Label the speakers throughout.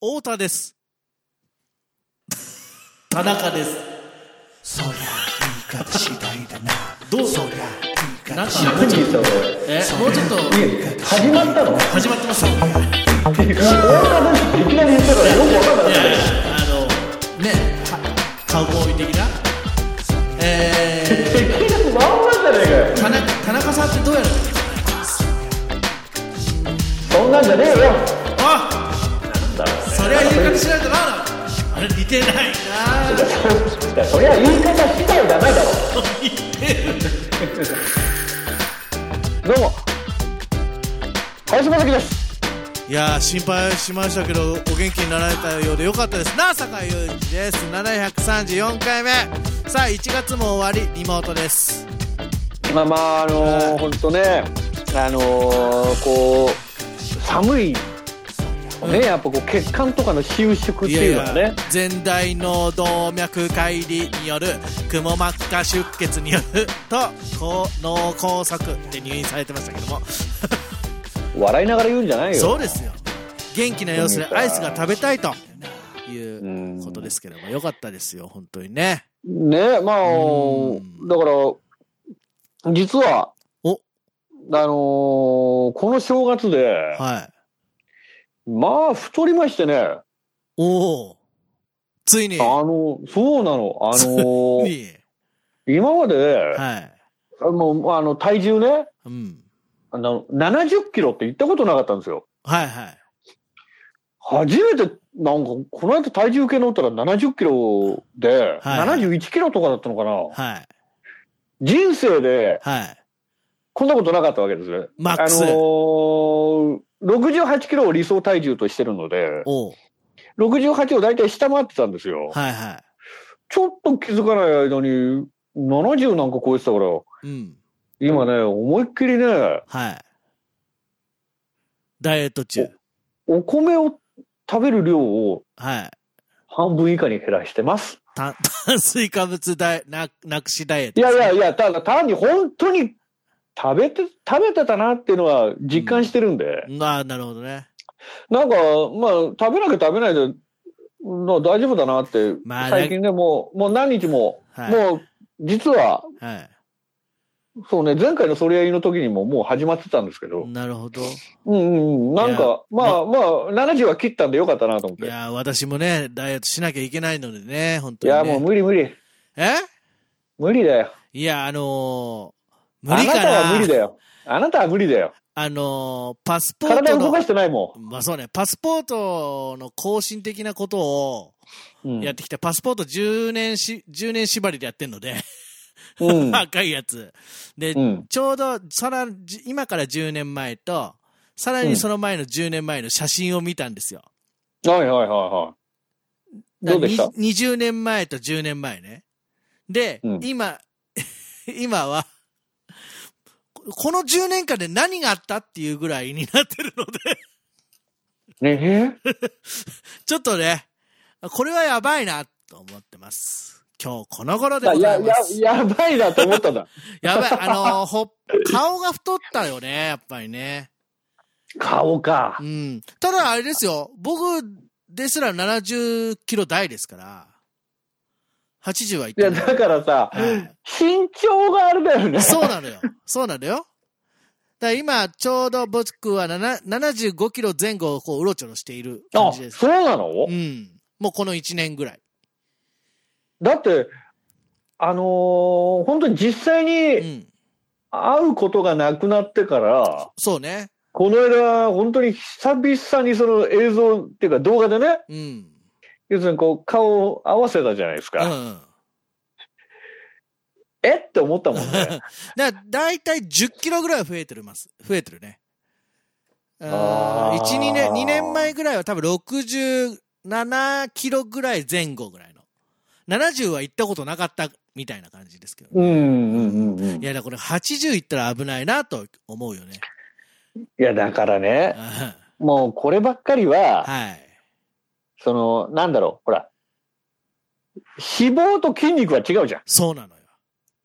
Speaker 1: 太田です。田中です。
Speaker 2: そりゃ言い方次第だな
Speaker 1: どう
Speaker 2: そりゃ言い
Speaker 1: なん
Speaker 2: 方
Speaker 1: か
Speaker 2: 次第
Speaker 1: もうちょっと、
Speaker 3: それ
Speaker 1: え、もうちょっと
Speaker 3: 始まったの
Speaker 1: 始まってますよ。いや
Speaker 3: いきなり言ったからよくわかんない
Speaker 1: いや、あの、ね、カウボーイ的な。え
Speaker 3: まんまじゃねえかよ
Speaker 1: ー、田中、田中さんってどうやるの
Speaker 3: そんなんじゃねえよ
Speaker 1: あそりゃ言い方しないとな。あれ似てないな。
Speaker 3: そりゃ言い方次第だなだろ
Speaker 1: 似てる。
Speaker 3: どうも林正樹です
Speaker 1: いやー心配しましたけどお元気になられたようでよかったですなあ坂井雄二です734回目さあ1月も終わりリモートです
Speaker 3: まあまああのー、ほんとねあのー、こう寒いねやっぱこう血管とかの収縮っていうのはね
Speaker 1: 前大脳動脈解離によるくも膜下出血によるとこう脳梗塞って入院されてましたけども
Speaker 3: 笑いながら言うんじゃないよ
Speaker 1: そうですよ元気な様子でアイスが食べたいといううんことですけどもよかったですよ本当にね
Speaker 3: ねまあ
Speaker 1: うん、
Speaker 3: だから、実は、
Speaker 1: お
Speaker 3: あのーこの正月で、
Speaker 1: はい
Speaker 3: まあ、太りましてね、あ
Speaker 1: おおついに
Speaker 3: の、そうなの、あの
Speaker 1: つい
Speaker 3: ー
Speaker 1: に
Speaker 3: 今まで、
Speaker 1: はい
Speaker 3: もう、あの、体重ね、
Speaker 1: うん
Speaker 3: あの、70キロって言ったことなかったんですよ。
Speaker 1: はいはい。
Speaker 3: 初めて、なんか、この間体重計乗ったら70キロで、
Speaker 1: はい
Speaker 3: 71キロとかだったのかな。
Speaker 1: はい。
Speaker 3: 人生で、
Speaker 1: はい。
Speaker 3: こんなことなかったわけですね。
Speaker 1: マッ
Speaker 3: あ
Speaker 1: クス。
Speaker 3: のー、68キロを理想体重としてるので、
Speaker 1: おう
Speaker 3: 68を大体下回ってたんですよ。
Speaker 1: はいは
Speaker 3: ちょっと気づかない間に、70なんか超えてたから、
Speaker 1: い。うん。
Speaker 3: 今ね、思いっきりね、
Speaker 1: はい。ダイエット中。
Speaker 3: お米を食べる量を
Speaker 1: はい。
Speaker 3: 半分以下に減らしてます。
Speaker 1: 炭炭水化物ダイななくしダイエッ
Speaker 3: い
Speaker 1: トで
Speaker 3: や
Speaker 1: す
Speaker 3: い
Speaker 1: ね、
Speaker 3: やいや、ただ単に本当に食べて、食べてたなっていうのは実感してるんで、
Speaker 1: ああ、なるほどね。
Speaker 3: なんか、まあ、食べなきゃ食べないで、まあ大丈夫だなって、
Speaker 1: まあ
Speaker 3: 最近ね、もう、もう何日も、
Speaker 1: はい
Speaker 3: もう、実は、
Speaker 1: は
Speaker 3: そうね、前回のそれやりの時にももう始まってたんですけど
Speaker 1: い。、なるほど。
Speaker 3: うんうんうん、なん
Speaker 1: いや
Speaker 3: か、まあまあ、70は切ったんでよかったなと思っ
Speaker 1: い
Speaker 3: て。いや、
Speaker 1: やー、私もね、ダイエットしなきゃいけないのでね、本当に、ね。
Speaker 3: もう無理無理。
Speaker 1: え
Speaker 3: 無理だよ。
Speaker 1: いや、あのー、無
Speaker 3: あ
Speaker 1: 理
Speaker 3: な
Speaker 1: か
Speaker 3: た
Speaker 1: な。
Speaker 3: は無理だよ。あなたは無理だよ。
Speaker 1: あのー、パスポー
Speaker 3: 体
Speaker 1: ト
Speaker 3: を動
Speaker 1: の
Speaker 3: か、してないも
Speaker 1: まあそうね、パスポートの更新的なことを、
Speaker 3: ん。うん。
Speaker 1: やってきた、パスポート10年し、10年縛りでやってんので、
Speaker 3: うん。
Speaker 1: 赤いやつ。で、
Speaker 3: うん。
Speaker 1: ちょうど、さら、じ今から10年前と、さらにその前の10年前の写真を見たんですよ。
Speaker 3: はいはいはいはい。
Speaker 1: だか
Speaker 3: どう
Speaker 1: ら
Speaker 3: でした
Speaker 1: に20年前と10年前ね。で、
Speaker 3: うん
Speaker 1: 今、 今は、ここの10年間で何があったっていうぐらいになってるので、
Speaker 3: ねえ
Speaker 1: ちょっとね、これはやばいな、と思ってます。今日この頃で
Speaker 3: あ
Speaker 1: ござ
Speaker 3: や、
Speaker 1: いま
Speaker 3: や
Speaker 1: す。、
Speaker 3: やばいなと思ったんだ。
Speaker 1: やばい、あのーほ、顔が太ったよね、やっぱりね。
Speaker 3: 顔か
Speaker 1: う。ん。ただ、あれですよ、僕ですら70キロ台ですから、80はいっ
Speaker 3: い
Speaker 1: て
Speaker 3: や、
Speaker 1: な
Speaker 3: だからさ、
Speaker 1: はい
Speaker 3: 身長があれだよね。
Speaker 1: そうなのよ。そうなのよ。だから今、ちょうど僕はなな75キロ前後をこう、うろちょろしている感
Speaker 3: あ
Speaker 1: じ、です。
Speaker 3: そうなの
Speaker 1: うん。もうこの1年ぐらい。
Speaker 3: だって、あのー本当に実際
Speaker 1: う
Speaker 3: に
Speaker 1: ん。
Speaker 3: 会うことがなくなってから、
Speaker 1: そうね。
Speaker 3: この間、本当に久々にその映像っていうか動画でね、
Speaker 1: うん。
Speaker 3: 要するにこう顔を合わせたじゃないです
Speaker 1: う
Speaker 3: か。
Speaker 1: ん。
Speaker 3: えって思ったもん ね。
Speaker 1: だから大体10キロぐらいは増えてるます。増えてるね。うん
Speaker 3: あー
Speaker 1: 1、2年、2年前ぐらいは多分67キロぐらい前後ぐらいの。70は行ったことなかったみたいな感じですけど。
Speaker 3: うんうんうんうん。
Speaker 1: い
Speaker 3: い
Speaker 1: や、だからこれ80行ったら危ないなと思うよね。
Speaker 3: や、だからね、
Speaker 1: あ
Speaker 3: もうこればっかり
Speaker 1: ー
Speaker 3: は、
Speaker 1: はい。
Speaker 3: その、なんだろう、ほら、脂肪と筋肉は違うじゃん。
Speaker 1: そうなのよ。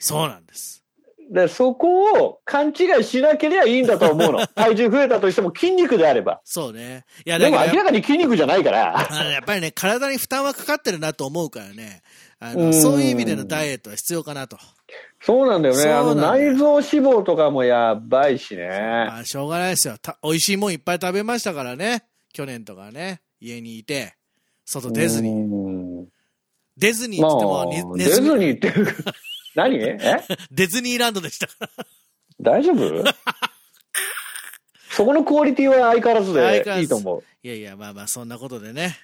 Speaker 1: そうなんです。
Speaker 3: でそこを勘違いしなければいいんだと思うの。 体重増えたとしても筋肉であれば。
Speaker 1: そうね。いや、
Speaker 3: で
Speaker 1: だ
Speaker 3: も
Speaker 1: から
Speaker 3: 明らかに筋肉じゃないから。
Speaker 1: あのやっぱりね、体に負担はかかってるなと思うからね。あ
Speaker 3: う
Speaker 1: の、
Speaker 3: ん
Speaker 1: そういう意味でのダイエットは必要かなと。
Speaker 3: そうなんだよ
Speaker 1: そう
Speaker 3: ね。
Speaker 1: な
Speaker 3: あ
Speaker 1: ん
Speaker 3: の
Speaker 1: だよ
Speaker 3: 内臓脂肪とかもやばいし ね。
Speaker 1: まあ、しょうがないですよ。た美味しいもんいっぱい食べましたからね。去年とかね。家にいて、外出ずに。
Speaker 3: うん
Speaker 1: ディズニー
Speaker 3: ま
Speaker 1: って
Speaker 3: あ
Speaker 1: 言っても、、ネ
Speaker 3: デ
Speaker 1: ズ
Speaker 3: ィズ
Speaker 1: ミ
Speaker 3: ニーって、 何え
Speaker 1: ディズニーランドでしたか
Speaker 3: 大丈 夫そこのクオリティは相変わらず
Speaker 1: 相変わら
Speaker 3: で
Speaker 1: ず
Speaker 3: いいと思
Speaker 1: ら。いやいや、まあまあ、そんなことでね。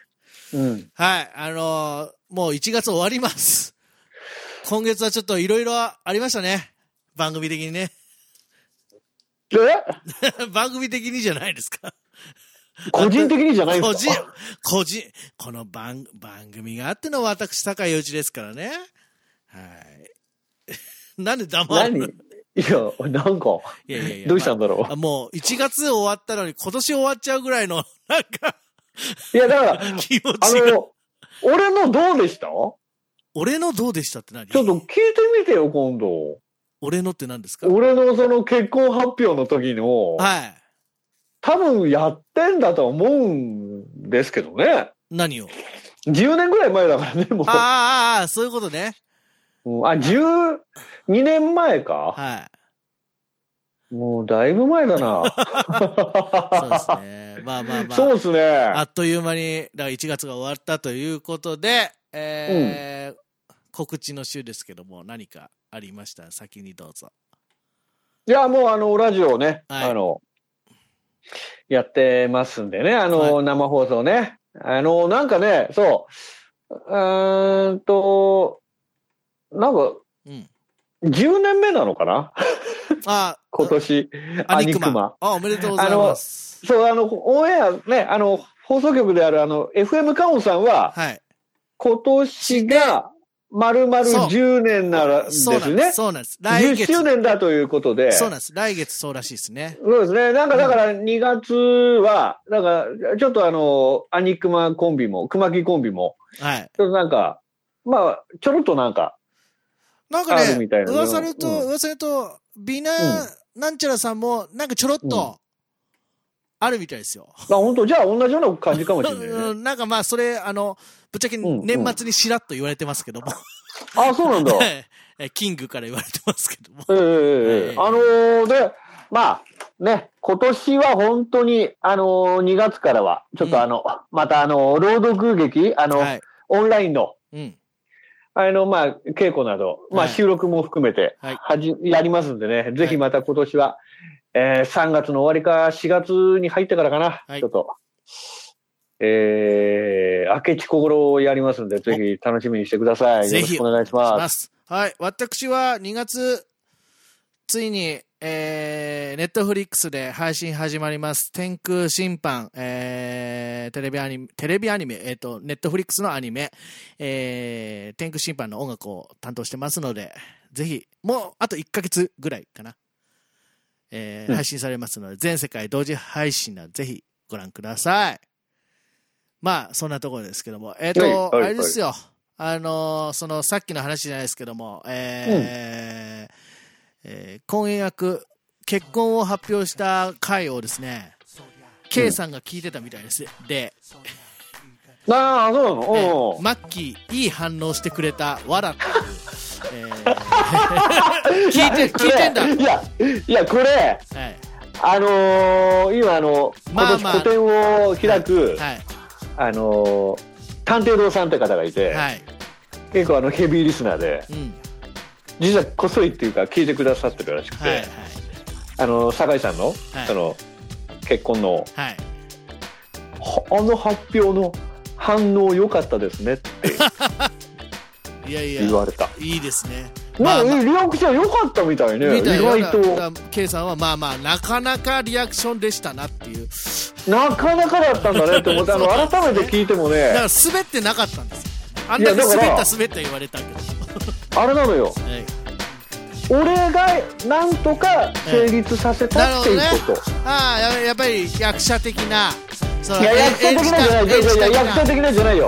Speaker 3: う。うん。
Speaker 1: はい、あのーもう1月終わります。今月はちょっといろいろありましたね。番組的にね。
Speaker 3: え
Speaker 1: 番組的にじゃないですか。
Speaker 3: 個人的にじゃないん
Speaker 1: 個
Speaker 3: です
Speaker 1: 人
Speaker 3: か、
Speaker 1: 個人、この番、番組があっての私、坂井陽一ですからね。はい。 なんで黙る
Speaker 3: 何
Speaker 1: のい
Speaker 3: いや、なんか、
Speaker 1: やいやいや。
Speaker 3: どうした
Speaker 1: の、
Speaker 3: んだろ
Speaker 1: あもう1月終わったのに今年終わっちゃうぐらいの、なんか、
Speaker 3: う。いや、だから、
Speaker 1: 気持
Speaker 3: あ
Speaker 1: ちが。
Speaker 3: の、俺のどうでしたちょ
Speaker 1: 俺のどうでしたって何
Speaker 3: っと聞いてみてよ、今度。
Speaker 1: 俺のって何ですか
Speaker 3: 俺のその結婚発表の時の、
Speaker 1: はい。
Speaker 3: 多分やってんだと思うんですけどね。
Speaker 1: 何を
Speaker 3: 10年ぐらい前だからね、もう。
Speaker 1: ああああ、ああ、そういうことね。
Speaker 3: うんあ、12年前か。
Speaker 1: はい。
Speaker 3: もうだいぶ前だな。
Speaker 1: そうです ね。まあまあまあ。
Speaker 3: そうですね。
Speaker 1: あっという間に、だから1月が終わったということで、えー告知の週ですけども、何かありましたら先にどうぞ。
Speaker 3: いや、もうあの、ラジオね、
Speaker 1: はい
Speaker 3: あの、やってますんでね、あの、
Speaker 1: は
Speaker 3: 生放送ね。あの、なんかね、そう、うーんと、なんか、
Speaker 1: うん。
Speaker 3: 10年目なのかな
Speaker 1: あ、
Speaker 3: 今年、
Speaker 1: あ、
Speaker 3: ア
Speaker 1: アニ
Speaker 3: ニ
Speaker 1: ク
Speaker 3: クマ
Speaker 1: マ。あ、おめでとうございます。
Speaker 3: そう、あの、オンエアね、あの、放送局であるあの、FM カオンさんは、
Speaker 1: はい。
Speaker 3: 今年が、丸々10年ならです
Speaker 1: そうなんで
Speaker 3: ね
Speaker 1: す。。そうなんです。来
Speaker 3: 10
Speaker 1: 月。
Speaker 3: 周年だということで。
Speaker 1: そうなんです。来月そうらしいですね。
Speaker 3: そうですね。なんかだから2月は、なんかちょっとあの、アニクマコンビも、熊木コンビも、
Speaker 1: はい。
Speaker 3: ちょっとなんか、まあ、ちょろっとなんか、
Speaker 1: なんか
Speaker 3: ある
Speaker 1: ね
Speaker 3: みたい、な
Speaker 1: 噂ると、
Speaker 3: うん
Speaker 1: 噂ると、美男、なんちゃらさんも、なんかちょろっと、あるみたいですよ。
Speaker 3: まあ本当じゃあ同じような感じかもしれな い、
Speaker 1: う
Speaker 3: ね。
Speaker 1: ん、なんかまあ、それ、あの、ぶっちゃけ
Speaker 3: うんうん
Speaker 1: 年末にしらっと言われてますけども、
Speaker 3: あ、そうなんだ。え
Speaker 1: えキングから言われてますけども。
Speaker 3: えええええあのーで、まあ、ね、今年は本当に、あのー、2月からは、ちょっとあの、またあの、朗読劇、あの、
Speaker 1: はい。
Speaker 3: オンラインの、
Speaker 1: うん。
Speaker 3: あの、まあ、稽古など、ま
Speaker 1: は
Speaker 3: あ、
Speaker 1: い
Speaker 3: 収録も含めて、
Speaker 1: はい
Speaker 3: はじ、やりますんでね、ぜひまた今年は、えー、3月の終わりか4月に入ってからかな、
Speaker 1: はい
Speaker 3: ちょっと、えー、明智小五郎をやりますんで、ぜひ楽しみにしてください。よ
Speaker 1: ぜ
Speaker 3: ろし
Speaker 1: ひ
Speaker 3: くお願いしま。
Speaker 1: ますす。はい。私は2月、ついに、えー、ネットフリックスで配信始まります。天空審判、えー、テレビアニメ、テレビアニメ、えっ、と、ネットフリックスのアニメ、えー、天空審判の音楽を担当してますので、ぜひ、もう、あと1ヶ月ぐらいかな。えー
Speaker 3: うん
Speaker 1: 配信されますので、全世界同時配信なので、ぜひご覧ください。まあ、そんなところですけども、えっ、と、
Speaker 3: はいはい
Speaker 1: あれですよ。あのーその、さっきの話じゃないですけども、えーえー婚約、結婚を発表した回をですね、K さんが聞いてたみたいです。で、
Speaker 3: ああ、そうなの、
Speaker 1: え
Speaker 3: お
Speaker 1: ー
Speaker 3: う
Speaker 1: マッキー、いい反応してくれた、わらという、えー聞いて、聞いてんだ。
Speaker 3: いや、いや、これ、
Speaker 1: はい。
Speaker 3: あのー今あの、今
Speaker 1: まあ
Speaker 3: 年
Speaker 1: まあ
Speaker 3: 個展を開く、
Speaker 1: は
Speaker 3: あのー探偵堂さんって方がいて、
Speaker 1: い。はい。
Speaker 3: 結構あの、ヘビーリスナーで、
Speaker 1: うん。
Speaker 3: 実はこっそりっていうか聞いてくださってるらしくて、
Speaker 1: はい。はい。
Speaker 3: あの酒井さんの,、
Speaker 1: はい
Speaker 3: その結婚の
Speaker 1: はい。
Speaker 3: ほあの発表の反応良かったですねって
Speaker 1: いやいや、
Speaker 3: 言われた。
Speaker 1: いいですね。
Speaker 3: ま
Speaker 1: ま
Speaker 3: あ、
Speaker 1: あまあ
Speaker 3: リアクション良かったみたいね。意
Speaker 1: みたいな
Speaker 3: 外
Speaker 1: だから
Speaker 3: と。
Speaker 1: K さんはまあまあなかなかリアクションでしたなっていう
Speaker 3: なかなかだったんだねって思って、あの、
Speaker 1: そうなんですね
Speaker 3: 改めて聞いても
Speaker 1: だか
Speaker 3: ね、
Speaker 1: ら滑ってなかったんですよあん
Speaker 3: い
Speaker 1: だ
Speaker 3: や
Speaker 1: け
Speaker 3: だ
Speaker 1: 滑
Speaker 3: か
Speaker 1: っ
Speaker 3: ら
Speaker 1: た滑った言われたけど、
Speaker 3: あれなのよ。
Speaker 1: はい
Speaker 3: 俺がなんとか成立させたっていうこと。
Speaker 1: ああややっぱり役者的なその
Speaker 3: いや、
Speaker 1: え
Speaker 3: 役者的なんじゃない。いや
Speaker 1: 演じ
Speaker 3: い
Speaker 1: た
Speaker 3: やい
Speaker 1: 演じ
Speaker 3: や役
Speaker 1: た
Speaker 3: 者的なんじゃないよ。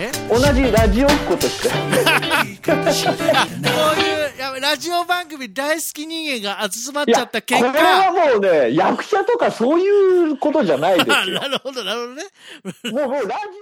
Speaker 1: ええ
Speaker 3: 同じラジオっ子として。
Speaker 1: こういうやメ、ラジオ番組大好き人間が集まっ
Speaker 3: い
Speaker 1: ちゃ
Speaker 3: や、
Speaker 1: った結
Speaker 3: これは
Speaker 1: 果、
Speaker 3: もうね、役者とかそういうことじゃないです
Speaker 1: あ
Speaker 3: よ。
Speaker 1: なるほど、なるほどね。
Speaker 3: もう、もうラジ